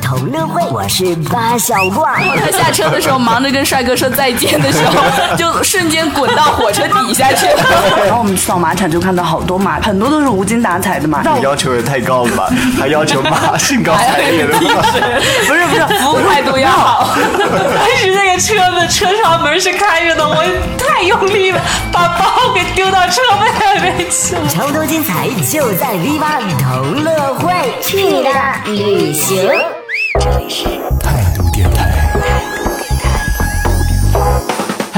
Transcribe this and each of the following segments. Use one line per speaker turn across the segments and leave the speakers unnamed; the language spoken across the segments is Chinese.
评论会，我是八小怪。
他下车的时候忙着跟帅哥说再见的时候，就瞬间滚到火车底下去了。
然后我们去扫马场就看到好多马，很多都是无精打采的马。
你要求也太高了 吧？还要求马兴高采烈的吗？
不是不是，
服务态度要好，
当时那个车子车窗门是开着的，我太用力了，把包给丢到车外面去了。
超多精彩就在 V 八同乐会，去啦旅行！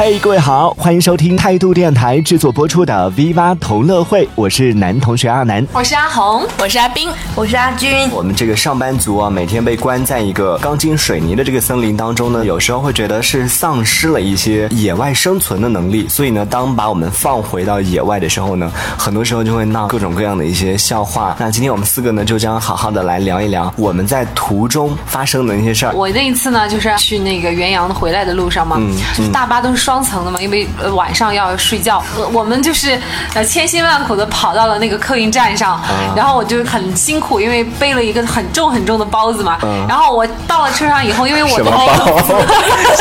嘿各位好，欢迎收听态度电台制作播出的 V 八同乐会，我是男同学阿南。
我是阿红，我是阿冰，
我是阿军。
我们这个上班族啊，每天被关在一个钢筋水泥的这个森林当中呢，有时候会觉得是丧失了一些野外生存的能力。所以呢，当把我们放回到野外的时候呢，很多时候就会闹各种各样的一些笑话。那今天我们四个呢，就将好好的来聊一聊我们在途中发生的那些事儿。
我那一次呢，就是去那个元阳的回来的路上嘛，
嗯
就是大巴都是双层的嘛，因为、呃、晚上要睡觉，我我们就是呃千辛万苦的跑到了那个客运站
啊
上，然后我就很辛苦，因为背了一个很重很重的包子嘛，然后我到了车上以后，因为我
啊什
的
么
那个
包？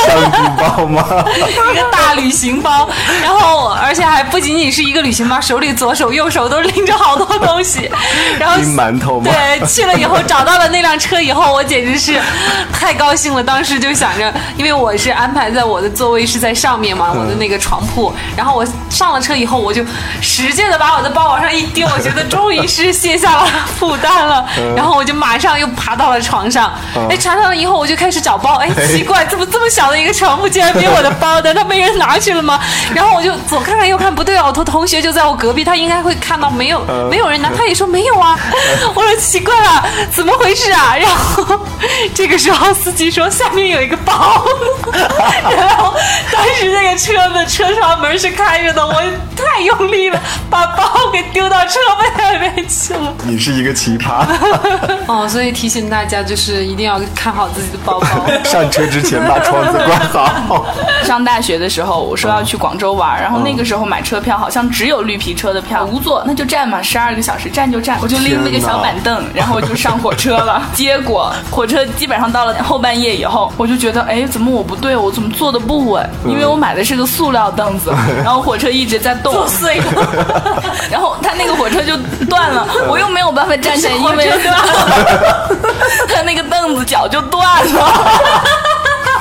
香菇包吗？
一个大旅行包，然后而且还不仅仅是一个旅行包，手里左手右手都拎着好多东西，然后
冰馒头吗
对，去了以后找到了那辆车以后，我简直是太高兴了。当时就想着，因为我是安排在我的座位是在上面嘛，我的那个床铺，然后我上了车以后，我就使劲的把我的包往上一丢，我觉得终于是卸下了负担了，然后我就马上又爬到了床上，哎，床上了以后我就开始找包，哎，奇怪，怎么这么小的一个床铺竟然没有我的包的？他没人拿去了吗？然后我就左看看右看，不对啊，我同同学就在我隔壁，他应该会看到没有没有人拿，他也说没有啊。我说奇怪了，怎么回事啊？然后这个时候司机说下面有一个包，然后当时那个车子车窗门是开着的，我太用力了，把包给丢到车外面去了。
你是一个奇葩。
哦，所以提醒大家就是一定要看好自己的包包。
上车之前把窗子关好。
上大学的时候，我说要去广州玩，然后那个时候买车票好像只有绿皮车的票，无座，那就站嘛，十二个小时站就站，我就拎那个小板凳，然后我就上火车 了。结果火车基本上到了后半夜以后，我就觉得，哎，怎么我不对，我怎么坐的不稳？因为我买的是个塑料凳 子，然后火车一直在动，嗯坐碎了， 然后他那个火车就断了，我又没有办法站 起来，因为 他那个凳子脚就断了。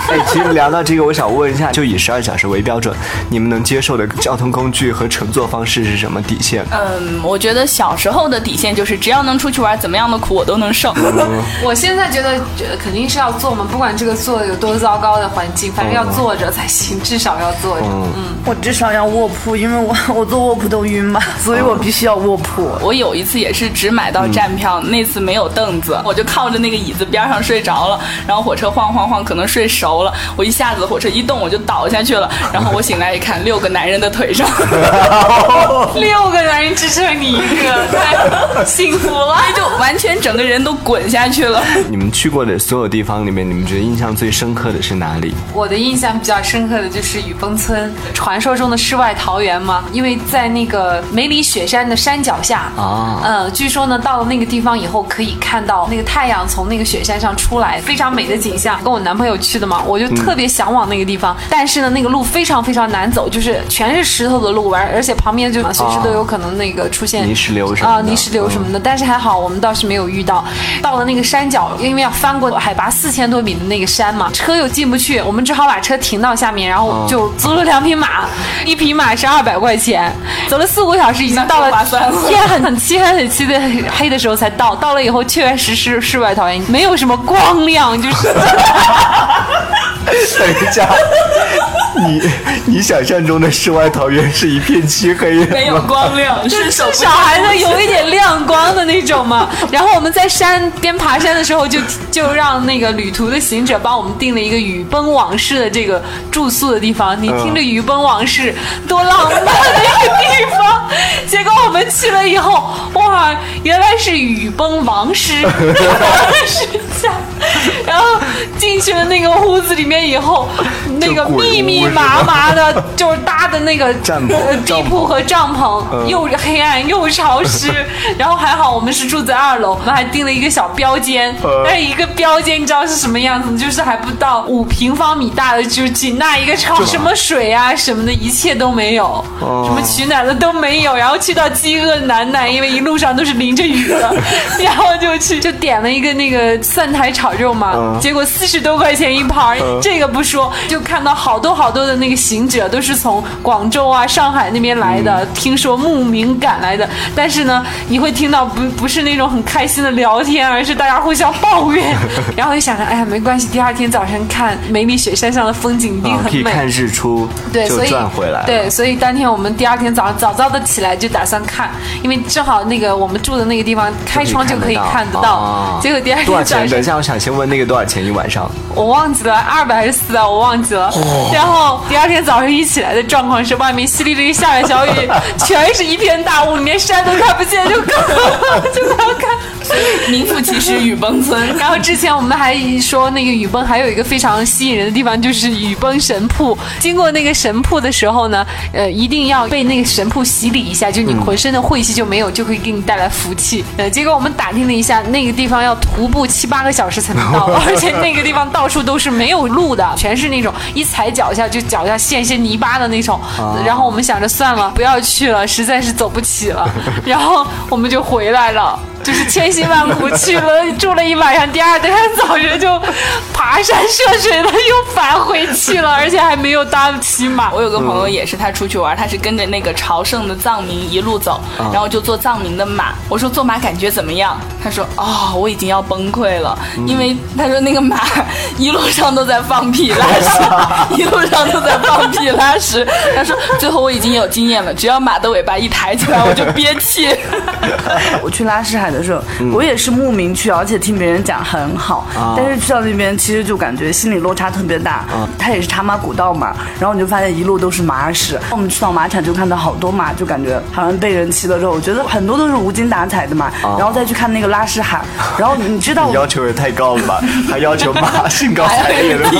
哎，其实聊到这个，我想问一下，就以十二小时为标准，你们能接受的交通工具和乘坐方式是什么底线？
嗯，我觉得小时候的底线就是，只要能出去玩，怎么样的苦我都能受。
我现在觉得呃肯定是要坐嘛，不管这个坐有多糟糕的环境，反正要坐着才行，至少要坐着。嗯，
我至少要卧铺，因为我 我坐卧铺都晕嘛， 所以我必须要卧铺。
我有一次也是只买到站票，那次没有凳子，我就靠着那个椅子边上睡着了，然后火车晃晃晃，可能睡熟了，我一下子火车一动我就倒下去了，然后我醒来一看，六个男人的腿上，
六个男人支撑你一个，太幸福了。
就完全整个人都滚下去了。
你们去过的所有地方里面，你们觉得印象最深刻的是哪里？
我的印象比较深刻的就是雨崩村，传说中的世外桃源嘛，因为在那个梅里雪山的山脚下
啊
嗯，据说呢，到了那个地方以后，可以看到那个太阳从那个雪山上出来，非常美的景象。跟我男朋友去的嘛，我就特别向往那个地方，但是呢，那个路非常非常难走，就是全是石头的路，而而且旁边就随时都有可能那个出现
泥石流什么
啊、
的嗯
泥石流什么的。但是还好，我们倒是没有遇到。到了那个山脚，因为要翻过海拔四千多米的那个山嘛，车又进不去，我们只好把车停到下面，然
嗯
后就租了两匹马，一匹马是二百块钱，走了四五个小时，已经到了
那不划算了
天很很漆很很漆的黑的时候才到，到了以后确实是世外桃源，没有什么光亮，就是。
等一下，你你想象中的世外桃源是一片漆黑的
没有
吗？
光亮，
就是
手
至少
不
还能有一点亮光的那种嘛。然后我们在山边爬山的时候就，就让那个旅途的行者帮我们订了一个雨崩往事的这个住宿的地方。你听着
嗯
雨崩往事多浪漫的一个地方，结果我们去了以后，哇，原来是雨 崩王师王师家。然后进去了那个屋子子里面以后，那个
就鬼屋
密密麻麻 的，就是搭的那个
帐篷
呃
帐
地
篷
铺和帐篷，又黑暗又潮湿。然后还好我们是住在二楼，我们还订了一个小标间，但是一个标间你知道是什么样子吗？就是还不到五平方米大的，就是仅那一个 超，什么水啊什么的，一切都没有，什么取暖的都没有。然后去到饥饿难耐，因为一路上都是淋着雨的， 然后就去就点了一个那个蒜苔炒肉嘛，
嗯
结果四十多块钱一盘儿，这个不说，就看到好多好多的那个行者都是从广州啊、上海那边来的，听说慕名赶来的。但是呢，你会听到不不是那种很开心的聊天，而是大家互相抱 怨。然后就想着，哎呀，没关系，第二天早上看梅里雪山上的风景一定
啊，
很
可以
美。
看日出，
对，
就
所以
赚回来了。
对，所以当天我们第二天早上早早的起来就打算看，因为正好那个我们住的那个地方开窗就可以看得到。
啊
结果第二天早
多少
上
钱？等一下，我想先问那个多少钱一晚上？
我忘记了二百还是四百，我忘记了。
哦
然后第二天早上一起来的状况是，外面淅沥沥下着 小雨，全是一片大雾，你连山都看不 见，就更就难看。
名副其实雨崩村。
然后之前我们还说那个雨崩还有一个非常吸引人的地方，就是雨崩神瀑。经过那个神瀑的时候呢，呃，一定要被那个神瀑洗礼一下，就你
嗯
浑身的晦气就没有，就会给你带来福气。呃，结果我们打听了一下，那个地方要徒步七八个小时才能到，而且那个地方到处都是没有路的，全是那种一踩脚下就脚下陷一些泥巴的那种。然后我们想着算了，不要去了，实在是走不起了。然后我们就回来了。就是千辛万苦去了， 住了一晚上。第二天早晨就爬山涉水了，又返回去了，而且还没有搭骑马。
我有个
嗯
朋友也是，他出去玩，他是跟着那个朝圣的藏民一路走，
啊
然后就坐藏民的马。我说坐马感觉怎么样？他说哦，我已经要崩溃了，
嗯
因为他说那个马一路上都在放屁拉屎，一路上都在放屁拉屎。他说最后我已经有经验了，只要马的尾巴一抬起来，我就憋 气。
我去拉市海的时候，我也是慕名去，而且听别人讲很好，但是去到那边其实就感觉心理落差特别大。它也是茶马古道嘛，然后你就发现一路都是马屎。我们去到马场就看到好多马，就感觉好像被人骑了之后，我觉得很多都是无精打采的嘛。然后再去看那个拉市海，然后啊你知道
你要求也太高了吧？还要求马兴高采烈的吗？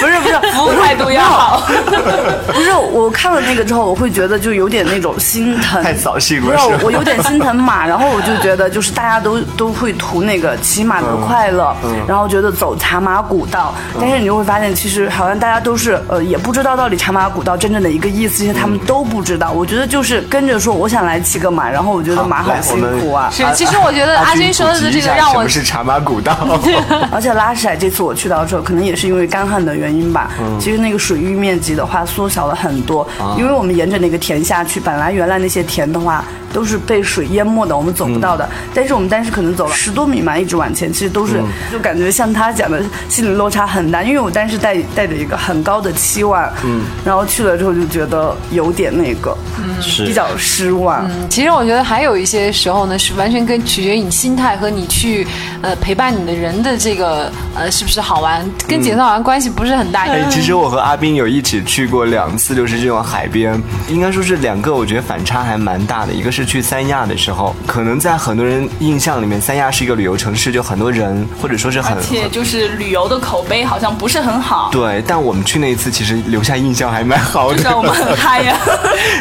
不是不是
服务态度要好，
不是，我看了那个之后，我会觉得就有点那种心疼，
太扫兴了
不是
是吧
我有点心疼马， 然后我就觉得就是大家都都会图那个骑马的快乐，然后觉得走茶马古道，但是你就会发现，其实好像大家都是呃也不知道到底茶马古道真正的一个意思，其实他们都不知道。我觉得就是跟着说我想来骑个马，然后我觉得马
来
好辛苦啊。
是，其实我觉得 阿军说的这个让
什
我
么是茶马古道？
而且拉晒这次我去到之后，可能也是因为干旱的原因吧。其实那个水域面积的话缩小了很多，因为我们沿着那个田下去，本来原来那些田的话都是被水淹没的，我们走不到的。但是我们当时可能走了十多米嘛，一直往前，其实都是、就感觉像他讲的心理落差很大，因为我当时带带着一个很高的期望，嗯，然后去了之后就觉得有点那个，
是
比较失望。
其实我觉得呃还有一些时候呢，是完全跟取决于你心态和你去呃陪伴你的人的这个呃是不是好玩，跟节奏好像关系不是很大。
哎，其实我和阿斌有一起去过两次，就是这种海边，应该说是两个，我觉得反差还蛮大的。一个是去三亚的时候，可能在很多人印象里面，三亚是一个旅游城市，就很多人或者说是很
而且就是旅游的口碑好像不是很好，
对，但我们去那一次其实留下印象还蛮好
就
的。
算我们很嗨呀。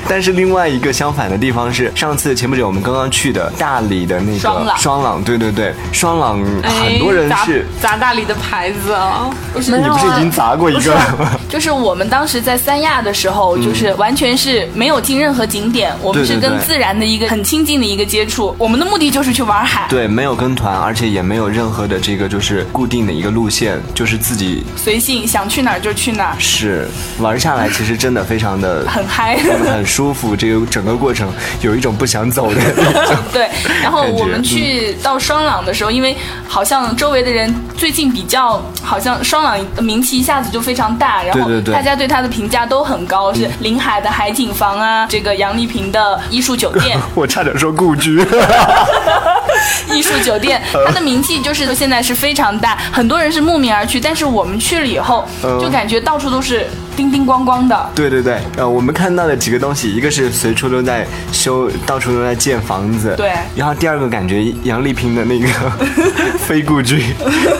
但是另外一个相反的地方是，上次前不久我们刚刚去的大理的那个
双哎廊
双廊对对对，双廊 很多人去，
砸砸大理的牌子啊、
你 不是已经砸过一个了吗？
就是我们当时在三亚的时候，就是完全是没有进任何景点，我们
对对
是跟
对
自然的一个很亲近的一个接触。我们的目的就是去玩海，
对，没有跟团，而且也没有任何的这个就是固定的一个路线，就是自己
随性想去哪儿就去哪儿，
是玩下来，其实真的非常的
很 嗨。
很舒服。这个整个过程有一种不想走的那种
对，然后
感觉嗯
我们去到双廊的时候，因为好像周围的人最近比较，好像双廊名气一下子就非常大，然后
对对对嗯
大家对它的评价都很高，是临海的海景房啊，这个杨丽萍的艺术酒店，
我差点说故居。
艺术酒店，
嗯
它的名气就是
嗯
现在是非常大，很多人是慕名而去。但是我们去了以后，就感觉到处都是叮叮咣咣的。
对对对，呃，我们看到的几个东西，一个是随处都在修，到处都在建房子，
对
然后第二个感觉杨丽萍的那个 非故居，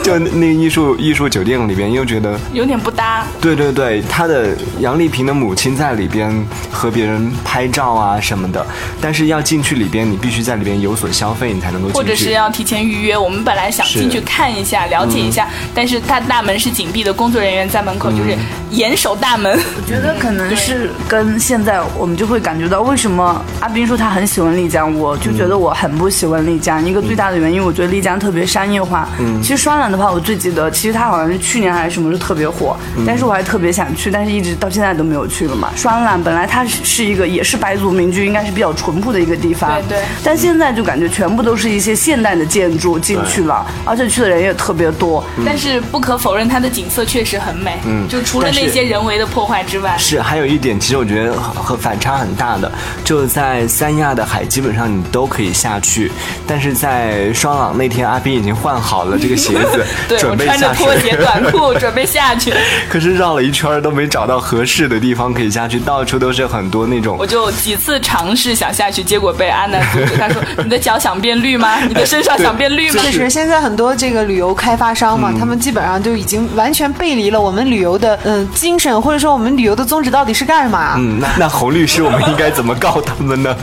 就那个艺术艺术酒店里边，又觉得
有点不搭，
对对对，她的杨丽萍的母亲在里边和别人拍照啊什么的，但是要进去里边，你必须在里边有所消费，你才能够进去。
或者是要提前预约。我们本来想
是嗯
进去看一下、了解一下，但是它大门是紧闭的，工作人员在门口就是严守大门。
我觉得可能是跟现在我们就会感觉到，为什么阿斌说他很喜欢丽江，我就觉得我很不喜欢丽江。一个最大的原因，我觉得丽江特别商业化。
嗯
其实双兰的话，我最记得，其实它好像是去年还是什么时候特别火，但是我还特别想去，但是一直到现在都没有去了嘛。
嗯
双兰本来它是是一个也是白族民居，应该是比较淳朴的一个地方，
对对
但现在就感觉全部都是一些现代的建筑进去了，而且去的人也特别多。
嗯
但是不可否认，它的景色确实很美。嗯就除了
但是
那些人为的破坏之外，，
是，还有一点，其实我觉得和反差很大的，就在三亚的海，基本上你都可以下去，但是在双廊那天，阿斌已经换好了这个鞋子
对我
准备
穿着
下
拖鞋、
水，
短裤准备下去，
可是绕了一圈儿都没找到合适的地方可以下去，到处都是很多那种
我。就几次尝试想下去，结果被安娜阻止。她说：“你的脚想变绿吗？你的身上想变绿吗
对
确
就
实，
是
现在很多这个旅游开发商
嗯
嘛，他们基本上就已经完全背离了我们旅游的嗯、精神，或者说我们旅游的宗旨到底是干嘛？
嗯，那那洪律师，我们应该怎么告他们呢？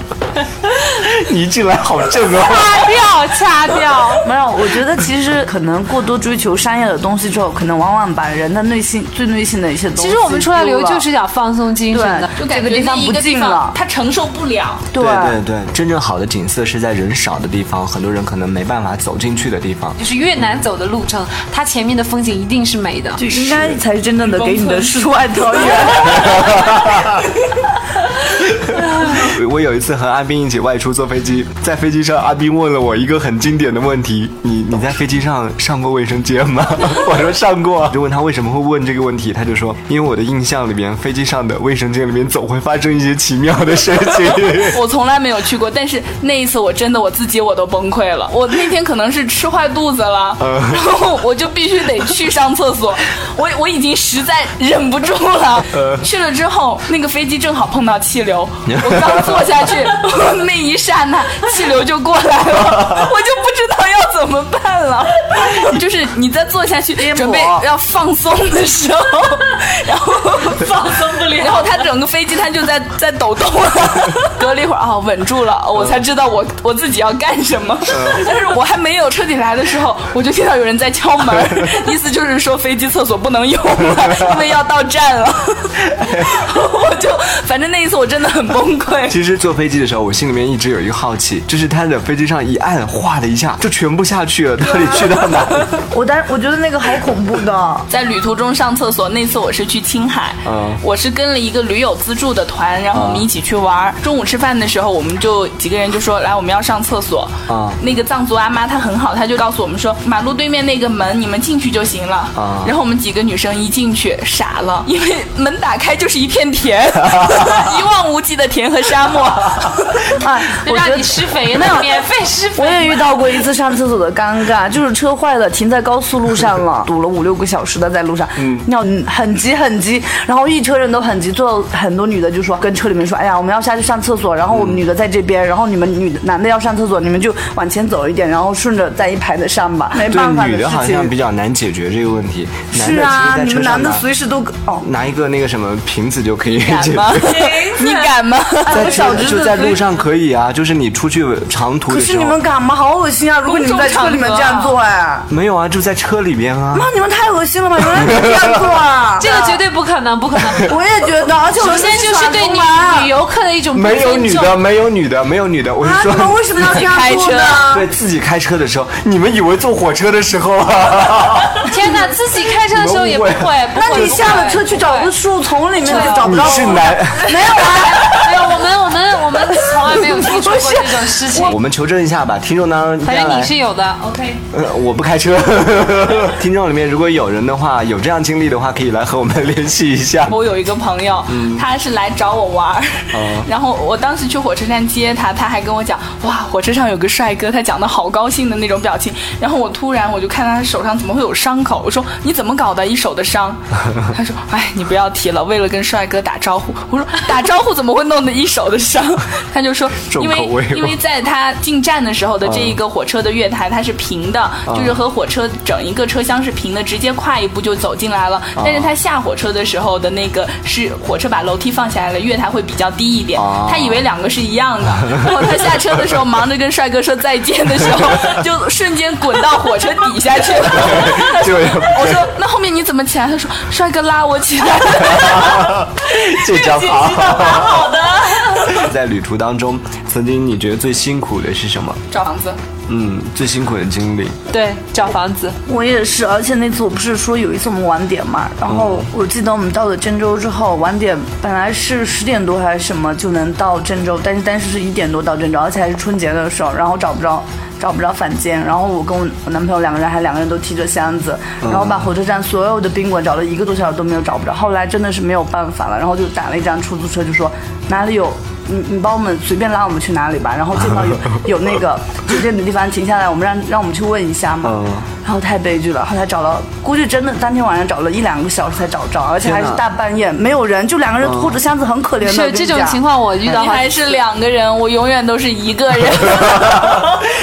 你一进来好正哦，
掐掉，掐掉。
没有，我觉得其实可能过多追求商业的东西之后，可能往往把人的内心最内心的一些东西
其
丢了。
实我们出来旅游就是想放松精神的。？”
就
对
感
这个
觉
地
那
方
一
不
个地
近
方
了，
她承受不了。
对啊
对对，真正好的景色是在人少的地方，很多人可能没办法走进去的地方。
就是越南走的路程，它前面的风景一定是美的。
就应该才是真正的给你的世 外桃源。
我我有一次和阿斌一起外出坐飞机，在飞机上，阿斌问了我一个很经典的问题：你你在飞机上上过卫生间吗？ 我说上过啊。就问他为什么会问这个问题，他就说因为我的印象里边，飞机上的卫生间里面总会发生一些奇妙的事情。
我从来没有去过，但是那一次我真的我自己我都崩溃了。我那天可能是吃坏肚子了，然后我就必须得去上厕所。我我已经实在忍不住了。去了之后，那个飞机正好碰到气流，我刚坐下去那一刹那，气流就过来了， 我就不知道要怎么办了。就是你在坐下去准备要放松的时 候，然后放松不了，然后他整个飞机他就在在抖动 了。隔了一会儿啊，稳住了，我才知道我我自己要干什 么。但是我还没有彻底来的时候，我就听到有人在敲 门，意思就是说飞机厕所不能用 了，因为要到站 了。我就反正那一次我真的很崩溃。
其实坐飞机的时候，我心里面一直有一个好奇，就是他在飞机上一按，哗的一下就全部下去了，到底去到哪里？
我当我觉得那个好恐怖的，
在旅途中上厕所，那次我是去青海，
嗯
我是跟了一个驴友资助的团，然后我们一起去玩
啊
儿。中午吃饭的时候，我们就几个人就说来，我们要上厕所。
啊
那个藏族阿妈她很好，她就告诉我们说，马路对面那个门你们进去就行了。
啊
然后我们几个女生一进去傻了，因为门打开就是一片田， 一望无际的田和沙漠。
哎，我觉
让
得
你施肥呢，免费施肥。
我也遇到过一次上厕所的尴尬，就是车坏了，停在高速路上 了，堵了五六个小时的在路上，尿很急很急，然后一车人都很急，最后很多女的就说跟车里面说，哎呀，我们要下去上厕所，然后我们女的在这边，然后你们女的男的要上厕所，你们就往前走一点，然后顺着在一排的上吧， 没办法
对女的
事
好像比
情。
较难解决这个问题，男
是
的
啊，
其
你
实在车
们男
上
的
拿
随时都哦，
拿一个那个什么瓶子就可以解
敢
决
吗。？你敢吗？
哎，
在
我小
车
侄
就
子
在
可以
路上可以啊，就是你出去长途
可
的
是
时
你
候
们，敢吗？好恶心啊！如果你们在车里面这样做，哎，
没有啊，就在车里边啊。
妈，你们太恶心了吧！原来你们这样做啊！
这个绝对不可能，不可能。
我也觉得，而且我
首
们
先就是对
你
女女游客的一种不
没有
尊
女
重。
的，没有女的，没有女的，我是
啊，你们
说，
为什么要这样做呢？
对自己开车的时候，你们以为坐火车的时候啊？
天哪，自己开车的时候也不会。
你
不
们误
会
那你
不会
下了车去找
不
个
会
树丛里面就找不
你
着。
是男，
哎没有啊，没有。我们我们我们从来没有听说过这种事情。
我们求证一下吧，听众当中，
反正
来
你是有的，OK。哦
呃，我不开车。 听众里面如果有人的话，有这样经历的话，可以来和我们联系一下。
我有一个朋友， 他是来找我玩儿， 然后我当时去火车站接他，他还跟我讲，哇，火车上有个帅哥，他讲的好高兴的那种表情。然后我突然我就看他手上怎么会有伤口，我说你怎么搞的，一手的伤。他说，哎，你不要提了，为了跟帅哥打招呼。我说打招呼怎么会弄得一手的伤？ 他就说，
重
因为
口味嗯哦
因为在他进站的时候的这一个火车的月台，它是平的，
嗯
就是和火车整一个车厢是平的，直接跨一步就走进来了。
嗯
但是他下火车的时候的那个是火车把楼梯放下来了，月台会比较低一点
哦。
他以为两个是 一样的，然后他下车的时候忙着跟帅哥说再见的时 候，就瞬间滚到火车底下去了。
就有
我说那后面你怎么起来？他说帅哥拉我起来。
这招好，好的。 在旅途当中，曾经你觉得最辛苦的是什么？
找房子，
嗯，最辛苦的经历。
对，找房子，
我也是，而且那次我不是说有一次我们晚点嘛，然后
嗯
我记得我们到了郑州之后，晚点本来是十点多还是什么就能到郑州，但是当时是一点多到郑州，而且还是春节的时候，然后找不着。找不着房间，然后我跟我男朋友两个人还两个人都提着箱子，然
嗯
后把火车站所有的宾馆找了一个多小时都没有找不着，后来真的是没有办法了，然后就打了一辆出租车，就说哪里有你你帮我们随便拉我们去哪里吧，然后这块有有 那个酒店的地方停下来，我们让让我们去问一下嘛。
嗯
然后太悲剧了，后来找了，估计真的当天晚上找了一两个小时才找着，而且还是
天哪嗯
大半夜，没有人，就两个人拖着箱子，很可怜的。
是
我跟
这
你
种
讲哎
情况我遇到
你
好
还是两个人，我永远都是一个 人。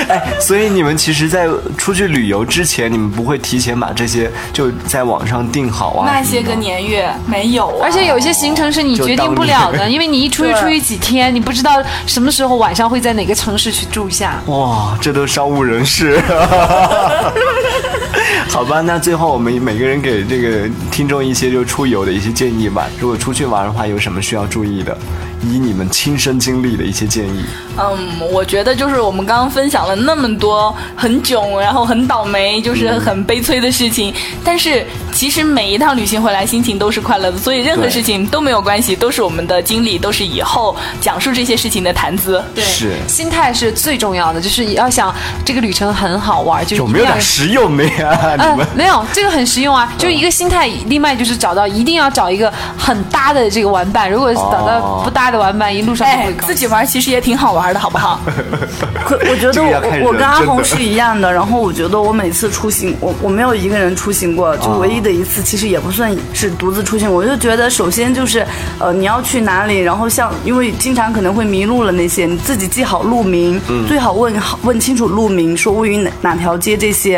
哎，所以你们其实，在出去旅游之前，你们不会提前把这些就在网上订好啊？
那些个年月没有、啊，
而且有一些行程是你决定不了
就当
的，因为你一出去
对
出去几天，你不知道什么时候晚上会在哪个城市去住一下。
哇，这都商务人士。 好吧，那最后我们每个人给这个听众一些就出游的一些建议吧。如果出去玩的话，有什么需要注意的？以你们亲身经历的一些建议。
嗯，我觉得就是我们刚刚分享了那么多很囧，然后很倒霉，就是很悲催的事情。但是其实每一趟旅行回来，心情都是快乐的，所以任何
对
事情都没有关系，都是我们的经历，都是以后讲述这些事情的谈资。对
是
心态是最重要的，就是要想这个旅程很好玩，就是
有没有
一定要
点实用的呀？
呃
你
嗯
们，
没有，这个很实用啊，就是一个心态。另外就是找到，一定要找一个很搭的这个玩伴。如果是找到不搭的玩伴，一路上就
哎
会，高
自己玩其实也挺好玩的，好不好？
可我觉
这
得
个要看人
我我跟阿
真的
红是一样的，然后我觉得我每次出行，我我没有一个人出行过，
啊
就唯一的一次，其实也不算是独自出行。我就觉得，首先就是，呃，你要去哪里，然后像因为经常可能会迷路了那些，你自己记好路名，
嗯
最好问好问清楚路名，说位于哪哪条街这些。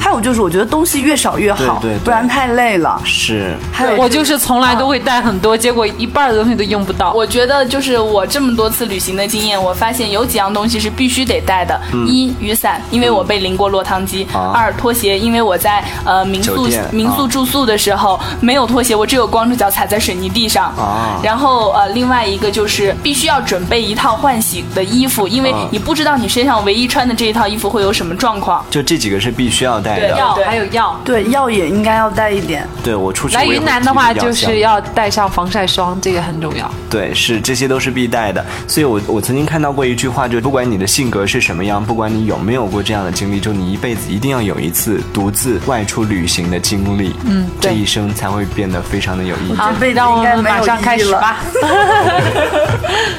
还有就是，我觉得东西越少越好，
嗯对对对
不然太累了。
是
还有
我就是从来都会带很多，结果一半的东西都用不到。
我觉得就是我这么多次旅行的经验，我发现有几样东西是必须得带的：
嗯
一雨伞，因为我被淋过落汤鸡；
啊
二拖鞋，因为我在呃民
酒
宿
店
民宿
啊
住宿的时候没有拖鞋，我只有光着脚踩在水泥地上。
啊
然后呃，另外一个就是必须要准备一套换洗的衣服，因为
啊
你不知道你身上唯一穿的这一套衣服会有什么状况。
就这几个是必须要带的。
对
药
对
还有药。
对药也应该要带一点。
对我出去
来
我也
云
会
南的
提
话，
着
就
药箱
是要带上防晒霜，这个很重要。
对，是这些都是必带的。所以我我曾经看到过一句话，就不管你的性格是什么样，不管你有没有过这样的经历，就你一辈子一定要有一次独自外出旅行的经历。嗯，这
对
一生才会变得非常的有意义。
这辈子
啊让我
应该
们
没
马
有
上开
意义
始
了。
吧。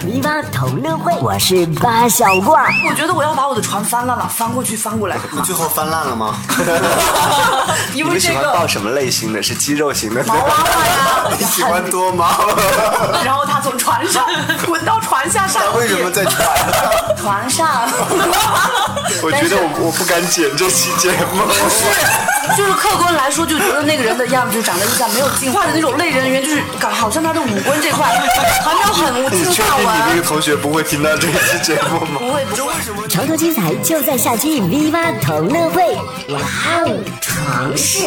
V 八同乐会，我是八小怪。
我觉得我要把我的床翻烂了，翻过去翻过来。啊
最后翻烂了吗？
因为这个
什么类型的？是肌 肉型的？
毛娃娃啊呀
多毛？
然后他从船上滚到船下上去，
在传？
船上？
我觉得我我不敢剪这期节目。
就是客观来说，就觉得那个人的样子就长得就像没有进化的那种类人猿，就是感好像他的五官这 块还没有很
你
进
确
化
定你那
完
个。同学不会听到这期节目吗？
不会不会，
床头精彩就在下期 V 八同乐会，哇哦，床事。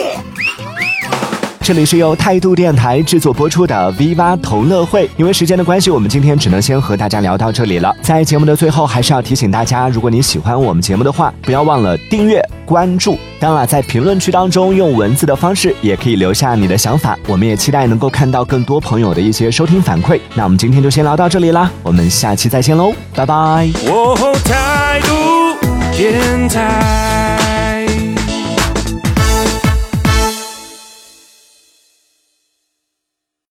这里是由态度电台制作播出的 V 八同乐会。因为时间的关系，我们今天只能先和大家聊到这里了。在节目的最后，还是要提醒大家，如果你喜欢我们节目的话，不要忘了订阅、关注。当然了，在评论区当中用文字的方式也可以留下你的想法，我们也期待能够看到更多朋友的一些收听反馈。那我们今天就先聊到这里啦，我们下期再见喽，拜拜。
哦，态度电台。